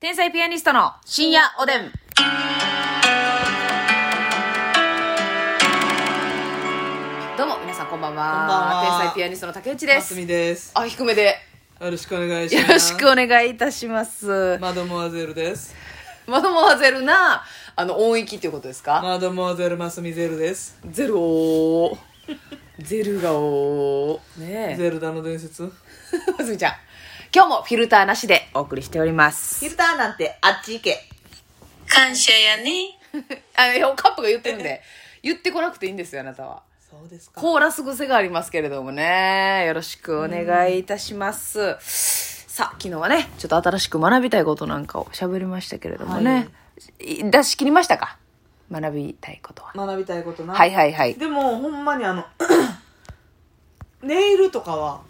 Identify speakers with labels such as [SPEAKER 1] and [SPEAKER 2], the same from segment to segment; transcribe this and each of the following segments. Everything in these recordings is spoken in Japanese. [SPEAKER 1] 天才ピアニストの
[SPEAKER 2] 深夜おでん。
[SPEAKER 1] どうも皆さんこんばんは
[SPEAKER 2] こんばんは
[SPEAKER 1] 天才ピアニストの竹内で
[SPEAKER 2] ま
[SPEAKER 1] す
[SPEAKER 2] すみです。
[SPEAKER 1] あ低めで
[SPEAKER 2] よろしくお願いし
[SPEAKER 1] よ
[SPEAKER 2] ます。
[SPEAKER 1] ろしくお願いいたします
[SPEAKER 2] マドモアゼルです。
[SPEAKER 1] まだまだゼルなあの音域っていうことですか
[SPEAKER 2] マドモアゼルマスミゼルです。
[SPEAKER 1] ゼルおーゼルがおーね
[SPEAKER 2] ゼルダの伝説。フ
[SPEAKER 1] え ますみちゃん今日もフィルターなしでお送りしております
[SPEAKER 2] ィルターなんてあっち行け。
[SPEAKER 1] 感謝やね あのカップが言ってるんで言ってこなくていいんですよあなたは
[SPEAKER 2] そうですか。
[SPEAKER 1] コーラス癖がありますけれどもねよろしくお願いいたしますさあ昨日はねちょっと新しく学びたいことなんかを喋りましたけれどもね、い出し切りましたか学びたいことは、
[SPEAKER 2] 学びたいことな。
[SPEAKER 1] はいはいはい
[SPEAKER 2] でもほんまにあの ネイルとかは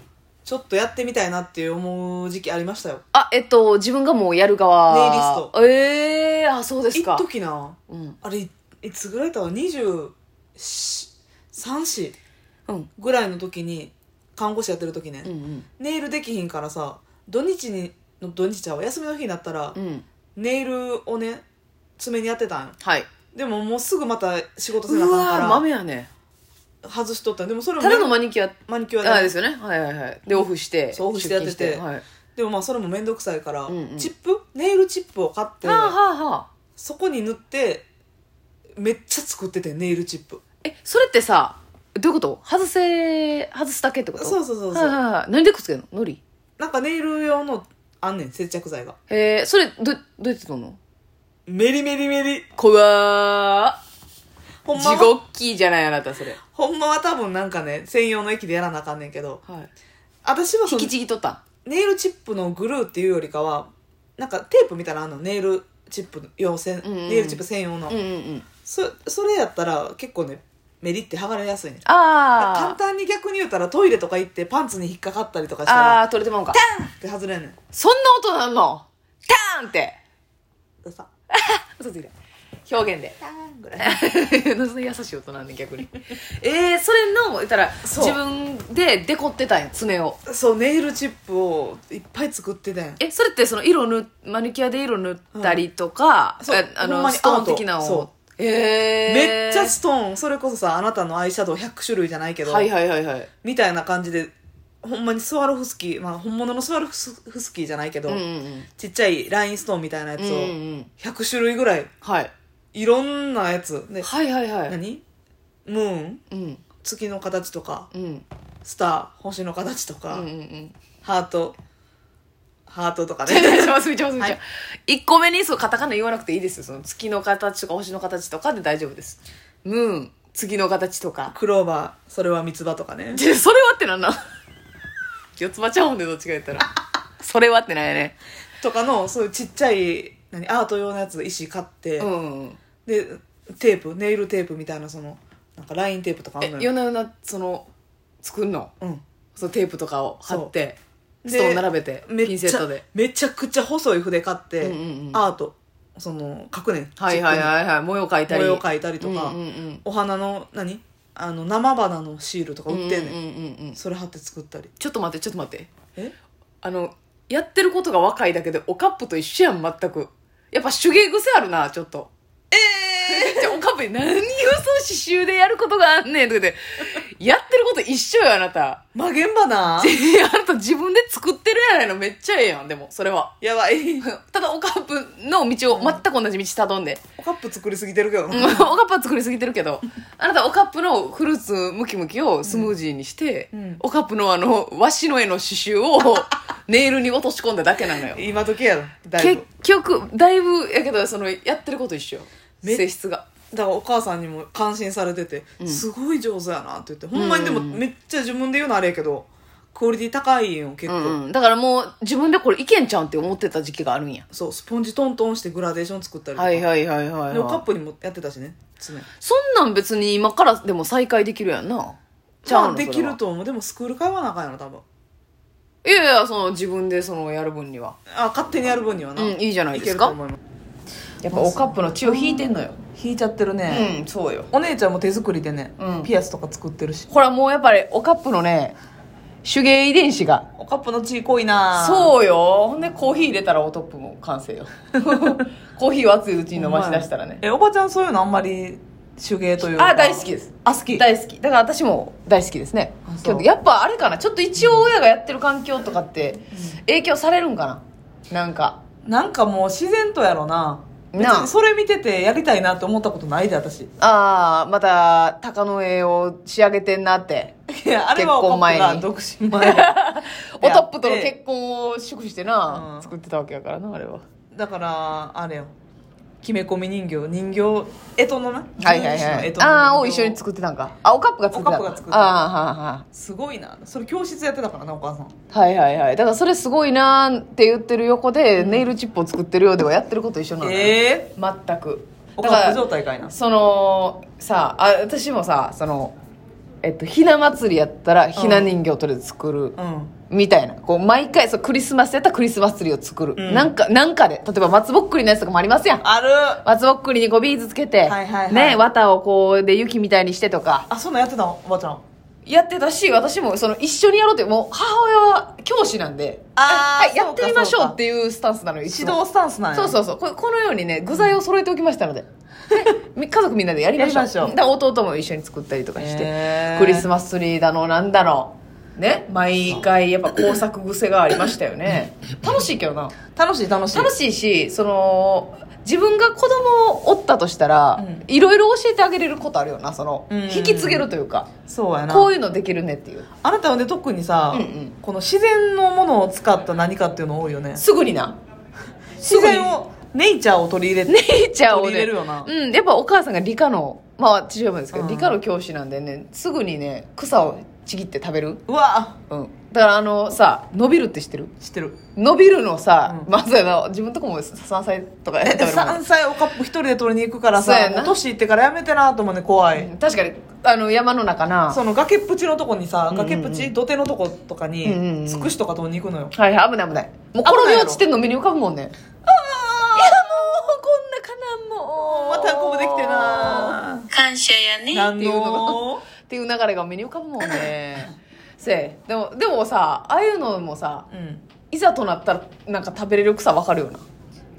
[SPEAKER 2] ちょっとやってみたいなって思う時期ありましたよ。
[SPEAKER 1] あえっと自分がもうやる側
[SPEAKER 2] ネイリス
[SPEAKER 1] トええあそうです
[SPEAKER 2] 一
[SPEAKER 1] か
[SPEAKER 2] 時な、
[SPEAKER 1] うん
[SPEAKER 2] あれいいつぐらいだった二十三四
[SPEAKER 1] うん
[SPEAKER 2] ぐらいの時に看護師やってる時ね。
[SPEAKER 1] うんうん
[SPEAKER 2] ネイルできひんからさ土日にの土日ちゃうわ休みの日になったら、
[SPEAKER 1] うん
[SPEAKER 2] ネイルをね爪にやってたんよ
[SPEAKER 1] はい
[SPEAKER 2] でももうすぐまた仕事せ
[SPEAKER 1] う
[SPEAKER 2] なあ
[SPEAKER 1] わー
[SPEAKER 2] かんか
[SPEAKER 1] 豆やね
[SPEAKER 2] ら外しとったんでもそれも
[SPEAKER 1] ただのマニキュア
[SPEAKER 2] マニキュアで
[SPEAKER 1] あですよねはいはいはいでオフして
[SPEAKER 2] そうオフしてやってて
[SPEAKER 1] 出勤はい、
[SPEAKER 2] でもまあそれも面倒くさいから、
[SPEAKER 1] うんうん
[SPEAKER 2] チップネイルチップを買って
[SPEAKER 1] はあはあはあ
[SPEAKER 2] そこに塗ってめっちゃ作っててネイルチップ
[SPEAKER 1] えそれってさどういうこと外せ外すだけってこと
[SPEAKER 2] そうそうそうそう
[SPEAKER 1] はいはいはい何でくっつけるののり
[SPEAKER 2] なんかネイル用のあんねん接着剤が
[SPEAKER 1] えー、それどどうやって取るの
[SPEAKER 2] メリメリメリ
[SPEAKER 1] こわ
[SPEAKER 2] ほんま
[SPEAKER 1] 地
[SPEAKER 2] は
[SPEAKER 1] 獄キじゃないあなたそれ
[SPEAKER 2] ほんまは多分なんかね専用の液でやらなあかんねんけど
[SPEAKER 1] はい
[SPEAKER 2] 私はそ
[SPEAKER 1] 引き
[SPEAKER 2] の
[SPEAKER 1] ちぎ取った
[SPEAKER 2] ネイルチップのグルーっていうよりかはなんかテープみたいなのあんのネイルチップ用専、
[SPEAKER 1] うんうん
[SPEAKER 2] ネイルチップ専用の、
[SPEAKER 1] うんうんうん
[SPEAKER 2] そそれやったら結構ねメリって剥がれやすいね簡
[SPEAKER 1] あー
[SPEAKER 2] 単に逆に言うたらトイレとか行ってパンツに引っかかったりとかした
[SPEAKER 1] あ
[SPEAKER 2] ら
[SPEAKER 1] ー取れてまうんか
[SPEAKER 2] って外れんねん
[SPEAKER 1] そんな音なんのターンって
[SPEAKER 2] うさ
[SPEAKER 1] 嘘ついた表現で
[SPEAKER 2] タンぐらい
[SPEAKER 1] その優しい音なんね逆にえー、それの言ったら
[SPEAKER 2] そう
[SPEAKER 1] 自分でデコってたんや爪を
[SPEAKER 2] そうネイルチップをいっぱい作ってたん
[SPEAKER 1] えそれってその色塗っマニキュアで色塗ったりとか、
[SPEAKER 2] うんそう
[SPEAKER 1] えあ
[SPEAKER 2] ほん
[SPEAKER 1] の
[SPEAKER 2] まに
[SPEAKER 1] ストー
[SPEAKER 2] ア
[SPEAKER 1] ン
[SPEAKER 2] ート
[SPEAKER 1] 的なのを
[SPEAKER 2] そ
[SPEAKER 1] えー、
[SPEAKER 2] めっちゃストーンそれこそさあなたのアイシャドウ100種類じゃないけど、
[SPEAKER 1] はいはいはいはい
[SPEAKER 2] みたいな感じでほんまにスワロフスキー、まあ、本物のスワロフスキーじゃないけど、
[SPEAKER 1] うんうん
[SPEAKER 2] ちっちゃいラインストーンみたいなや
[SPEAKER 1] うんう
[SPEAKER 2] つ
[SPEAKER 1] ん
[SPEAKER 2] を、
[SPEAKER 1] うん
[SPEAKER 2] 100種類ぐらい
[SPEAKER 1] はい
[SPEAKER 2] いろんなやつで
[SPEAKER 1] はいはいはい
[SPEAKER 2] 何ムーン
[SPEAKER 1] うん
[SPEAKER 2] 月の形とか
[SPEAKER 1] うんうん
[SPEAKER 2] スター星の形と
[SPEAKER 1] う
[SPEAKER 2] か、
[SPEAKER 1] んうん
[SPEAKER 2] ハートハートとか
[SPEAKER 1] ちょ
[SPEAKER 2] ね
[SPEAKER 1] ちょますみちゃんますみちゃん、
[SPEAKER 2] はい
[SPEAKER 1] 1個目にそうカタカナ言わなくていいですよその月の形とか星の形とかで大丈夫ですムーン月の形とか
[SPEAKER 2] クローバ ーそれは三つ葉とかね
[SPEAKER 1] ちょそれはってなんなん 四つ葉ちゃうんでどっちか言ったらそれはってなんやね
[SPEAKER 2] とかのそういうちっちゃい何アート用のやつ石買って、
[SPEAKER 1] うんうんうん
[SPEAKER 2] でテープネイルテープみたいなそのなんかラインテープとかあ
[SPEAKER 1] え
[SPEAKER 2] るの
[SPEAKER 1] 夜
[SPEAKER 2] よ、
[SPEAKER 1] な夜なその作んの
[SPEAKER 2] うん、
[SPEAKER 1] そのテープとかを貼って
[SPEAKER 2] そう
[SPEAKER 1] ストーン並べて
[SPEAKER 2] めっ
[SPEAKER 1] ピンセ
[SPEAKER 2] ち
[SPEAKER 1] ッ
[SPEAKER 2] ゃ
[SPEAKER 1] トで
[SPEAKER 2] めちゃくちゃ細い筆買って、
[SPEAKER 1] うんうんうん
[SPEAKER 2] アートその描くねん
[SPEAKER 1] はいはいはいはい模様描い
[SPEAKER 2] チ
[SPEAKER 1] た
[SPEAKER 2] ップ
[SPEAKER 1] り
[SPEAKER 2] に模様描いたりとか、
[SPEAKER 1] うんうんうん
[SPEAKER 2] お花の何あの生花のシールとか売ってん
[SPEAKER 1] う
[SPEAKER 2] ねん,、
[SPEAKER 1] んうんうんうん
[SPEAKER 2] それ貼って作ったり
[SPEAKER 1] ちょっと待ってちょっと待って
[SPEAKER 2] え
[SPEAKER 1] あのやってることが若いだけでおカップと一緒やん全くやっぱ手芸癖あるなちょっとええ じゃあおカップに何をその刺繍でやることがあんねんとかでやってること一緒よあなた
[SPEAKER 2] 曲げんば
[SPEAKER 1] あ
[SPEAKER 2] な
[SPEAKER 1] なた自分で作ってるやないのめっちゃええやんでもそれは
[SPEAKER 2] やばい
[SPEAKER 1] ただおカップの道を全く同じ道たどんで、
[SPEAKER 2] おカップ作りすぎてるけど
[SPEAKER 1] うん
[SPEAKER 2] な、
[SPEAKER 1] おカップは作りすぎてるけどあなたおカップのフルーツムキムキをスムージーにして、
[SPEAKER 2] うんうん
[SPEAKER 1] おカップのあの和紙の絵の刺繍 をネイルに落とし込んだだけなのよ
[SPEAKER 2] 今時やろだい
[SPEAKER 1] 結
[SPEAKER 2] ぶ
[SPEAKER 1] 局だいぶやけどそのやってること一緒よ
[SPEAKER 2] め
[SPEAKER 1] 性質が
[SPEAKER 2] だからお母さんにも感心されてて、すごい上手やなって言ってほんまにで
[SPEAKER 1] う
[SPEAKER 2] も
[SPEAKER 1] んうんうん
[SPEAKER 2] めっちゃ自分で言うのあれやけどクオリティ高いんよ結
[SPEAKER 1] う
[SPEAKER 2] 構、
[SPEAKER 1] ん、うん、だからもう自分でこれいけんちゃうんって思ってた時期があるんや
[SPEAKER 2] そうスポンジトントンしてグラデーション作ったりとか、
[SPEAKER 1] はいはいはいはい、
[SPEAKER 2] でおカッ
[SPEAKER 1] はい、
[SPEAKER 2] プにもやってたしね爪
[SPEAKER 1] そんなん別に今からでも再開できるやんなちゃうの
[SPEAKER 2] まあでき
[SPEAKER 1] それは
[SPEAKER 2] ると思うでもスクール会話なんかんやろ多分
[SPEAKER 1] いやいやその自分でそのやる分には
[SPEAKER 2] あ勝手にやる分にはな、
[SPEAKER 1] うんいいじゃない
[SPEAKER 2] い
[SPEAKER 1] で
[SPEAKER 2] け
[SPEAKER 1] す
[SPEAKER 2] ると
[SPEAKER 1] か
[SPEAKER 2] 思います
[SPEAKER 1] やっぱおカップの血を引いてんのよ
[SPEAKER 2] 引いちゃってるね、
[SPEAKER 1] うんそうよ
[SPEAKER 2] お姉ちゃんも手作りでね、
[SPEAKER 1] うん
[SPEAKER 2] ピアスとか作ってるし
[SPEAKER 1] ほらもうやっぱりおカップのね手芸遺伝子が。
[SPEAKER 2] おかっぽの血濃いなう
[SPEAKER 1] そうよ。ほんで、コーヒー入れたらおトップも完成 よ。コーヒーを熱いうちに飲まし出したらね。
[SPEAKER 2] えおばちゃんそういうのあんまり手芸というか
[SPEAKER 1] あ、大好きです。
[SPEAKER 2] あ好き
[SPEAKER 1] 大好き。だから私も大好きですね
[SPEAKER 2] あ。
[SPEAKER 1] け
[SPEAKER 2] そう
[SPEAKER 1] ど、やっぱあれかな。ちょっと一応親がやってる環境とかって、影響されるんかな。なんか。
[SPEAKER 2] なんかもう自然とやろな別
[SPEAKER 1] なあ
[SPEAKER 2] にそれ見ててやりたいなって思ったことないで私
[SPEAKER 1] ああ、また、鷹の絵を仕上げてんな って。
[SPEAKER 2] いやあれはおか
[SPEAKER 1] 結
[SPEAKER 2] っぽ
[SPEAKER 1] 婚前
[SPEAKER 2] が
[SPEAKER 1] に
[SPEAKER 2] 独身前
[SPEAKER 1] おトップとの結婚を祝してな、
[SPEAKER 2] うん
[SPEAKER 1] 作ってたわけやからな、あれは。
[SPEAKER 2] だからあれよ決め込み人形人形えとのな
[SPEAKER 1] はいはい
[SPEAKER 2] 人
[SPEAKER 1] は
[SPEAKER 2] 形
[SPEAKER 1] い
[SPEAKER 2] の干支。の人形
[SPEAKER 1] ああ、を一緒に作ってたんか。あ、おカップが作ってたん
[SPEAKER 2] お
[SPEAKER 1] だ
[SPEAKER 2] カップが作ってた
[SPEAKER 1] ああ、はあ、はあ。
[SPEAKER 2] すごいなそれ教室やってたからなお母さん
[SPEAKER 1] はいはいはいだからそれすごいなーって言ってる横で、ネイルチップを作ってるようではやってること一緒なのよ、
[SPEAKER 2] ええ
[SPEAKER 1] 全く
[SPEAKER 2] お
[SPEAKER 1] だ
[SPEAKER 2] か
[SPEAKER 1] か
[SPEAKER 2] っぽ状
[SPEAKER 1] ら
[SPEAKER 2] 態かいな
[SPEAKER 1] そのさあ私もさそのえっとひな祭りやったらひな人形とりあえず作る、
[SPEAKER 2] うん
[SPEAKER 1] みたいなこう毎回そうクリスマスやったらクリスマスツリーを作る、
[SPEAKER 2] うん
[SPEAKER 1] なんかなんかで例えば松ぼっくりのやつとかもありますやん
[SPEAKER 2] ある
[SPEAKER 1] 松ぼっくりにこうビーズつけて、
[SPEAKER 2] はいはいはい
[SPEAKER 1] ね綿をこうで雪みたいにしてとか
[SPEAKER 2] あそんなんやってたのおばちゃん
[SPEAKER 1] やってたし私もその一緒にやろうってもう母親は教師なんで
[SPEAKER 2] あー
[SPEAKER 1] はいやってみましょうっていうスタンスなのよ一
[SPEAKER 2] 指導スタンスなんや
[SPEAKER 1] そうそうそうここのようにね具材を揃えておきましたのでみ家族みんなでやりましょう
[SPEAKER 2] やりましょう
[SPEAKER 1] だから弟も一緒に作ったりとかして、
[SPEAKER 2] へー
[SPEAKER 1] クリスマスツリーだのなんだのね毎回やっぱ工作癖がありましたよね楽しいけどな
[SPEAKER 2] 楽しい楽しい
[SPEAKER 1] 楽しいしその自分が子供をおったとしたら
[SPEAKER 2] うん
[SPEAKER 1] いろいろ教えてあげれることあるよなその
[SPEAKER 2] うん
[SPEAKER 1] 引き継げるというか
[SPEAKER 2] そうやな
[SPEAKER 1] こういうのできるねっていう
[SPEAKER 2] あなたはね特にさ、
[SPEAKER 1] うんうん
[SPEAKER 2] この自然のものを使った何かっていうの多いよね
[SPEAKER 1] すぐにな
[SPEAKER 2] 自然をネイチャーを取り入れて、
[SPEAKER 1] ネイチャーを
[SPEAKER 2] 取り入
[SPEAKER 1] ね
[SPEAKER 2] れるよな
[SPEAKER 1] うんやっぱお母さんが理科のまあ父親もですけど、
[SPEAKER 2] うん
[SPEAKER 1] 理科の教師なんでねすぐにね草をちぎって食べる
[SPEAKER 2] うわ
[SPEAKER 1] うんだからあのさ伸びるって知ってる
[SPEAKER 2] 知ってる
[SPEAKER 1] 伸びるのさ、
[SPEAKER 2] う
[SPEAKER 1] まずやな自分とこも山菜とかやってるもん
[SPEAKER 2] 山菜をカップ一人で取りに行くから
[SPEAKER 1] そう
[SPEAKER 2] さ
[SPEAKER 1] やな
[SPEAKER 2] もう年いってからやめてなと思うね怖い、
[SPEAKER 1] うん確かにあの山の中な
[SPEAKER 2] その崖っぷちのとこにさ
[SPEAKER 1] んうんうん
[SPEAKER 2] 崖っぷち土手のとことか
[SPEAKER 1] うんうんうん
[SPEAKER 2] につくしとか取りに行くのよ
[SPEAKER 1] はいはい危ない危ないもう転げ落ちてんの目に浮かぶもんねいやもうこんな
[SPEAKER 2] ま
[SPEAKER 1] かな
[SPEAKER 2] た
[SPEAKER 1] んもう
[SPEAKER 2] こぶできてな
[SPEAKER 3] 感謝やね。
[SPEAKER 2] 何
[SPEAKER 1] っていう
[SPEAKER 2] の
[SPEAKER 1] のっていう流れが目に浮かぶもんね せえでもでもさああいうのもさ
[SPEAKER 2] うん
[SPEAKER 1] いざとなったらなんか食べれる草わかるよな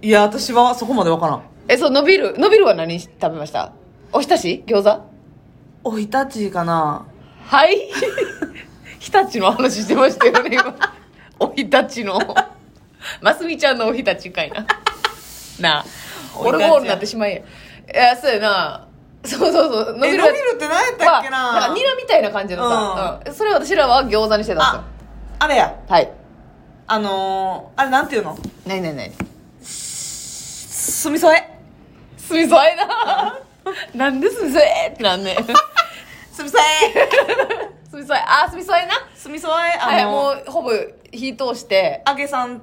[SPEAKER 1] い
[SPEAKER 2] や私はそこまでわからん
[SPEAKER 1] えそう伸びる伸びるは何食べましたおひたし餃子
[SPEAKER 2] おいたちかな
[SPEAKER 1] はい 日立の話してましたよね今 おひたちのますみちゃんのおひたちか いななあオルゴールになってしまえいやそうやなそうそうそう伸
[SPEAKER 2] え伸びる
[SPEAKER 1] は
[SPEAKER 2] って何やった
[SPEAKER 1] ま
[SPEAKER 2] っ
[SPEAKER 1] あ
[SPEAKER 2] け
[SPEAKER 1] なん
[SPEAKER 2] な
[SPEAKER 1] かニラみたいな感じのさ、うんそれ私らは餃子にしてたん
[SPEAKER 2] ああれや
[SPEAKER 1] ですよはい
[SPEAKER 2] あのー、あれなんていうの
[SPEAKER 1] ないないない
[SPEAKER 2] すみそえ
[SPEAKER 1] すみそえななんですみそえってなんねん
[SPEAKER 2] すみそえ
[SPEAKER 1] すみそえあすみそえな
[SPEAKER 2] すみそえ
[SPEAKER 1] はい
[SPEAKER 2] あのー
[SPEAKER 1] もうほぼ火通して
[SPEAKER 2] 揚げさん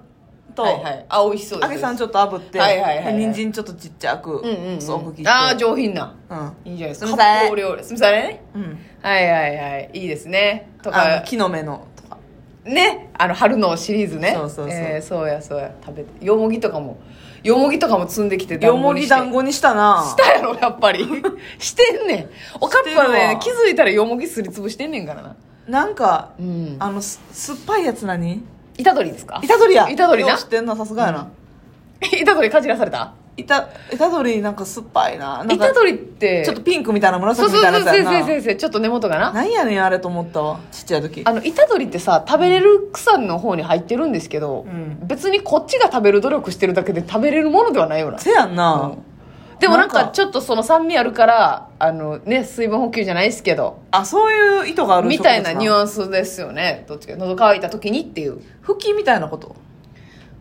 [SPEAKER 2] と、
[SPEAKER 1] はいはいあ美味しそうで
[SPEAKER 2] 揚
[SPEAKER 1] す
[SPEAKER 2] げさんちょっと炙って、
[SPEAKER 1] はいはいはいはい
[SPEAKER 2] で人参ちょっとちっちゃく、
[SPEAKER 1] うんうん、
[SPEAKER 2] そうく切って
[SPEAKER 1] ああ上品な
[SPEAKER 2] うん
[SPEAKER 1] いいじゃないです
[SPEAKER 2] すみ
[SPEAKER 1] か
[SPEAKER 2] そ
[SPEAKER 1] 割
[SPEAKER 2] え
[SPEAKER 1] 烹料理すみそえね
[SPEAKER 2] うん
[SPEAKER 1] はいはいはいいいですねと
[SPEAKER 2] あ
[SPEAKER 1] か
[SPEAKER 2] の木の芽のとか
[SPEAKER 1] ねあの春のシリーズね
[SPEAKER 2] そうそうそう
[SPEAKER 1] えーそうやそうや食べてよもぎとかもよもぎとかも積んできて
[SPEAKER 2] よもぎ団
[SPEAKER 1] ご
[SPEAKER 2] 子にしたな
[SPEAKER 1] したやろやっぱり してんねんおかっぱね
[SPEAKER 2] し
[SPEAKER 1] 気
[SPEAKER 2] て
[SPEAKER 1] づいたらよもぎすりつぶしてんねんからな
[SPEAKER 2] なんか、
[SPEAKER 1] うん
[SPEAKER 2] あのす酸っぱいやつ何
[SPEAKER 1] イタドリですか
[SPEAKER 2] イタドリや
[SPEAKER 1] イタドリな
[SPEAKER 2] よう知ってんなさすがやな、
[SPEAKER 1] イタドリかじらされた
[SPEAKER 2] イタイタドリなんか酸っぱいなな
[SPEAKER 1] イ
[SPEAKER 2] んか
[SPEAKER 1] タドリって
[SPEAKER 2] ちょっとピンクみたいな
[SPEAKER 1] そう
[SPEAKER 2] 紫
[SPEAKER 1] そ
[SPEAKER 2] み
[SPEAKER 1] う
[SPEAKER 2] たい
[SPEAKER 1] そ
[SPEAKER 2] な
[SPEAKER 1] う
[SPEAKER 2] やつ
[SPEAKER 1] 先生
[SPEAKER 2] やな
[SPEAKER 1] 先生ちょっと根元がな
[SPEAKER 2] なんやねんあれと思ったわちっちゃい時
[SPEAKER 1] あのイタドリってさ食べれる草の方に入ってるんですけど、
[SPEAKER 2] うん
[SPEAKER 1] 別にこっちが食べる努力してるだけで食べれるものではないよな
[SPEAKER 2] せやんな、
[SPEAKER 1] うんでもなん
[SPEAKER 2] なん
[SPEAKER 1] か
[SPEAKER 2] か
[SPEAKER 1] ちょっとその酸味あるからあのね水分補給じゃないですけど
[SPEAKER 2] あそういう意図がある
[SPEAKER 1] みたいなニュ
[SPEAKER 2] ン
[SPEAKER 1] アンスですよねどっちか喉乾いた時にっていう
[SPEAKER 2] フキみたいなこと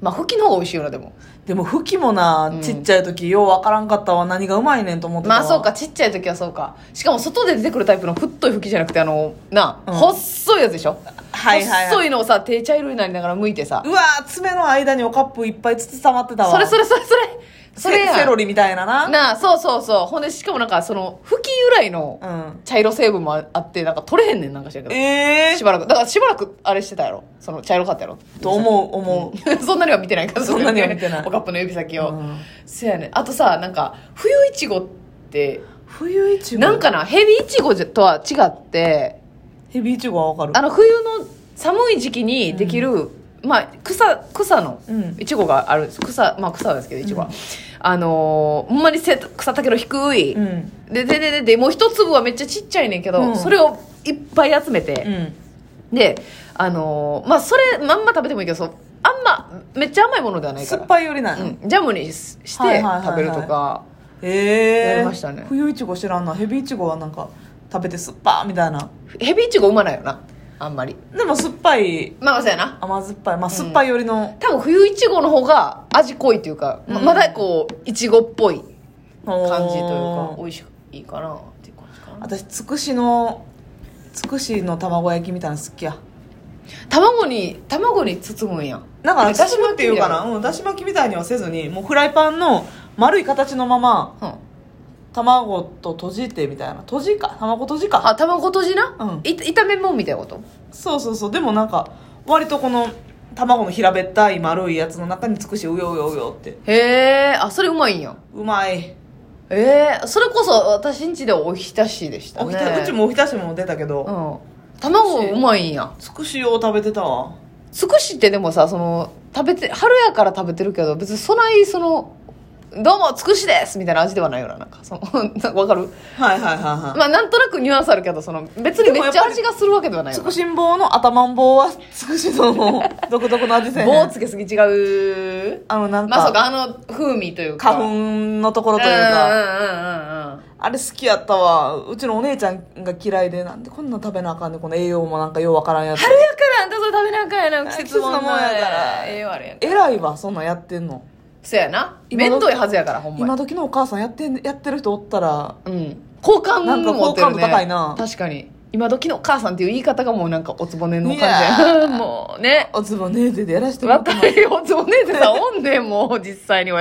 [SPEAKER 1] まあ吹きの方が美味しいよなでも
[SPEAKER 2] でもフキもな、
[SPEAKER 1] ん
[SPEAKER 2] ちっちゃい時ようわからんかったわ何がうまいねんと思ってたわ
[SPEAKER 1] まあそうかちっちゃい時はそうかしかも外で出てくるタイプの太い吹きじゃなくてあのな、
[SPEAKER 2] うん
[SPEAKER 1] 細いやつでしょ
[SPEAKER 2] はいはい、
[SPEAKER 1] 細
[SPEAKER 2] い
[SPEAKER 1] いのをさ手茶色になりながら剥いてさ
[SPEAKER 2] うわー爪の間におカップいっぱいつつたまってたわ
[SPEAKER 1] それそれそれそれそれや
[SPEAKER 2] セセロリみたいなな
[SPEAKER 1] なあそうそうそうほんでしかもなんかその吹き由来の
[SPEAKER 2] うん
[SPEAKER 1] 茶色成分もああってなんか取れへんねんなんかしらんけど
[SPEAKER 2] ええ
[SPEAKER 1] しばらくだからしばらくあれしてたやろその茶色かったやろ
[SPEAKER 2] と思う思う、
[SPEAKER 1] そんなには見てないから
[SPEAKER 2] そんなには見てない
[SPEAKER 1] おかっぱの指先を、
[SPEAKER 2] うん
[SPEAKER 1] せやねんあとさなんか冬いちごって
[SPEAKER 2] 冬いちご
[SPEAKER 1] なんかなヘビいちごじゃとは違って
[SPEAKER 2] ヘビいちごはわかる
[SPEAKER 1] あの冬の寒い時期にできる、まあ、草草の
[SPEAKER 2] うん
[SPEAKER 1] いちごがあるんです草,、まあ、草なんですけどいちごは、あのーほんまにせ草丈の低い、
[SPEAKER 2] うん
[SPEAKER 1] でででででもう一粒はめっちゃちっちゃいねんけど、
[SPEAKER 2] うん
[SPEAKER 1] それをいっぱい集めて、
[SPEAKER 2] うん
[SPEAKER 1] であのーまあそれまんま食べてもいいけどそうあんまめっちゃ甘いものではないか
[SPEAKER 2] 酸
[SPEAKER 1] ら
[SPEAKER 2] っぱいよりなの、
[SPEAKER 1] うん、ジャムにしして
[SPEAKER 2] はいはいはいはい
[SPEAKER 1] 食べるとか、
[SPEAKER 2] へえ
[SPEAKER 1] やりましたね
[SPEAKER 2] 冬いちご知らんなヘビいちごはなんか食べて酸っぱみたいな
[SPEAKER 1] ヘビイチゴうまないよなあんまり
[SPEAKER 2] でも酸っぱい
[SPEAKER 1] まあそうやな
[SPEAKER 2] 甘酸っぱいまあ酸っぱいよりの、
[SPEAKER 1] 多分冬いちごの方が味濃いというか、ま
[SPEAKER 2] うん
[SPEAKER 1] まだこういちごっぽい感じというか
[SPEAKER 2] おー
[SPEAKER 1] 美味しいかなっていう感じかな
[SPEAKER 2] 私つくしのつくしの卵焼きみたいなの好きや
[SPEAKER 1] 卵に卵に包むんやん
[SPEAKER 2] なんか
[SPEAKER 1] ね
[SPEAKER 2] だし巻きっていうかな、うん、だし巻きみたいにはせずにもうフライパンの丸い形のまま
[SPEAKER 1] うん
[SPEAKER 2] 卵と閉じてみたいな閉じか卵とじか
[SPEAKER 1] あ卵とじな、
[SPEAKER 2] うん
[SPEAKER 1] い炒めもんみたいなこと
[SPEAKER 2] そうそうそうでもなんか割とこの卵の平べったい丸いやつの中につくしうようようよって
[SPEAKER 1] へえあそれうまいんや
[SPEAKER 2] うまい
[SPEAKER 1] ええそれこそ私んちでおひたしでした
[SPEAKER 2] お
[SPEAKER 1] ね
[SPEAKER 2] ひたうちもおひたしも出たけど、
[SPEAKER 1] うん卵うまいんや
[SPEAKER 2] つくしを食べてたわ
[SPEAKER 1] つくしってでもさその食べて春やから食べてるけど別にそないその「どうもつくしです!」みたいな味ではないよななんかその なんかわかる
[SPEAKER 2] はいはいはいはい、
[SPEAKER 1] まあなんとなくニュアンスあるけどその別にめっちゃ味がするわけではない
[SPEAKER 2] つ
[SPEAKER 1] よ
[SPEAKER 2] くしん坊の頭ん坊はつくしの独特の味せえへん
[SPEAKER 1] 棒つけすぎ違う
[SPEAKER 2] あのなんか,、
[SPEAKER 1] まあそうかあの風味というか
[SPEAKER 2] 花粉のところというか、
[SPEAKER 1] うんうんうんうんうん
[SPEAKER 2] あれ好きやったわうちのお姉ちゃんが嫌いでなんでこんなん食べなあかんねんこの栄養もなんかようわからんやつ
[SPEAKER 1] 春やからあんたそれ食べなあかんやな季節もん
[SPEAKER 2] 季節のもんやから
[SPEAKER 1] ええわあれやん
[SPEAKER 2] 偉いわそんなんやってんの
[SPEAKER 1] そうやな
[SPEAKER 2] 今
[SPEAKER 1] 面
[SPEAKER 2] の
[SPEAKER 1] 倒いはずやからほんまに
[SPEAKER 2] 今時のお母さんやってんやってる人おったら
[SPEAKER 1] うん、好感
[SPEAKER 2] なんか
[SPEAKER 1] 持ってる、ね、
[SPEAKER 2] 好感度高いな
[SPEAKER 1] 確かに今時のお母さんっていう言い方がもうなんかおつぼねの感じ
[SPEAKER 2] いや
[SPEAKER 1] や もうね
[SPEAKER 2] おつぼねえでやらしてもらっても
[SPEAKER 1] 若いおつぼねってさおんねんもう実際には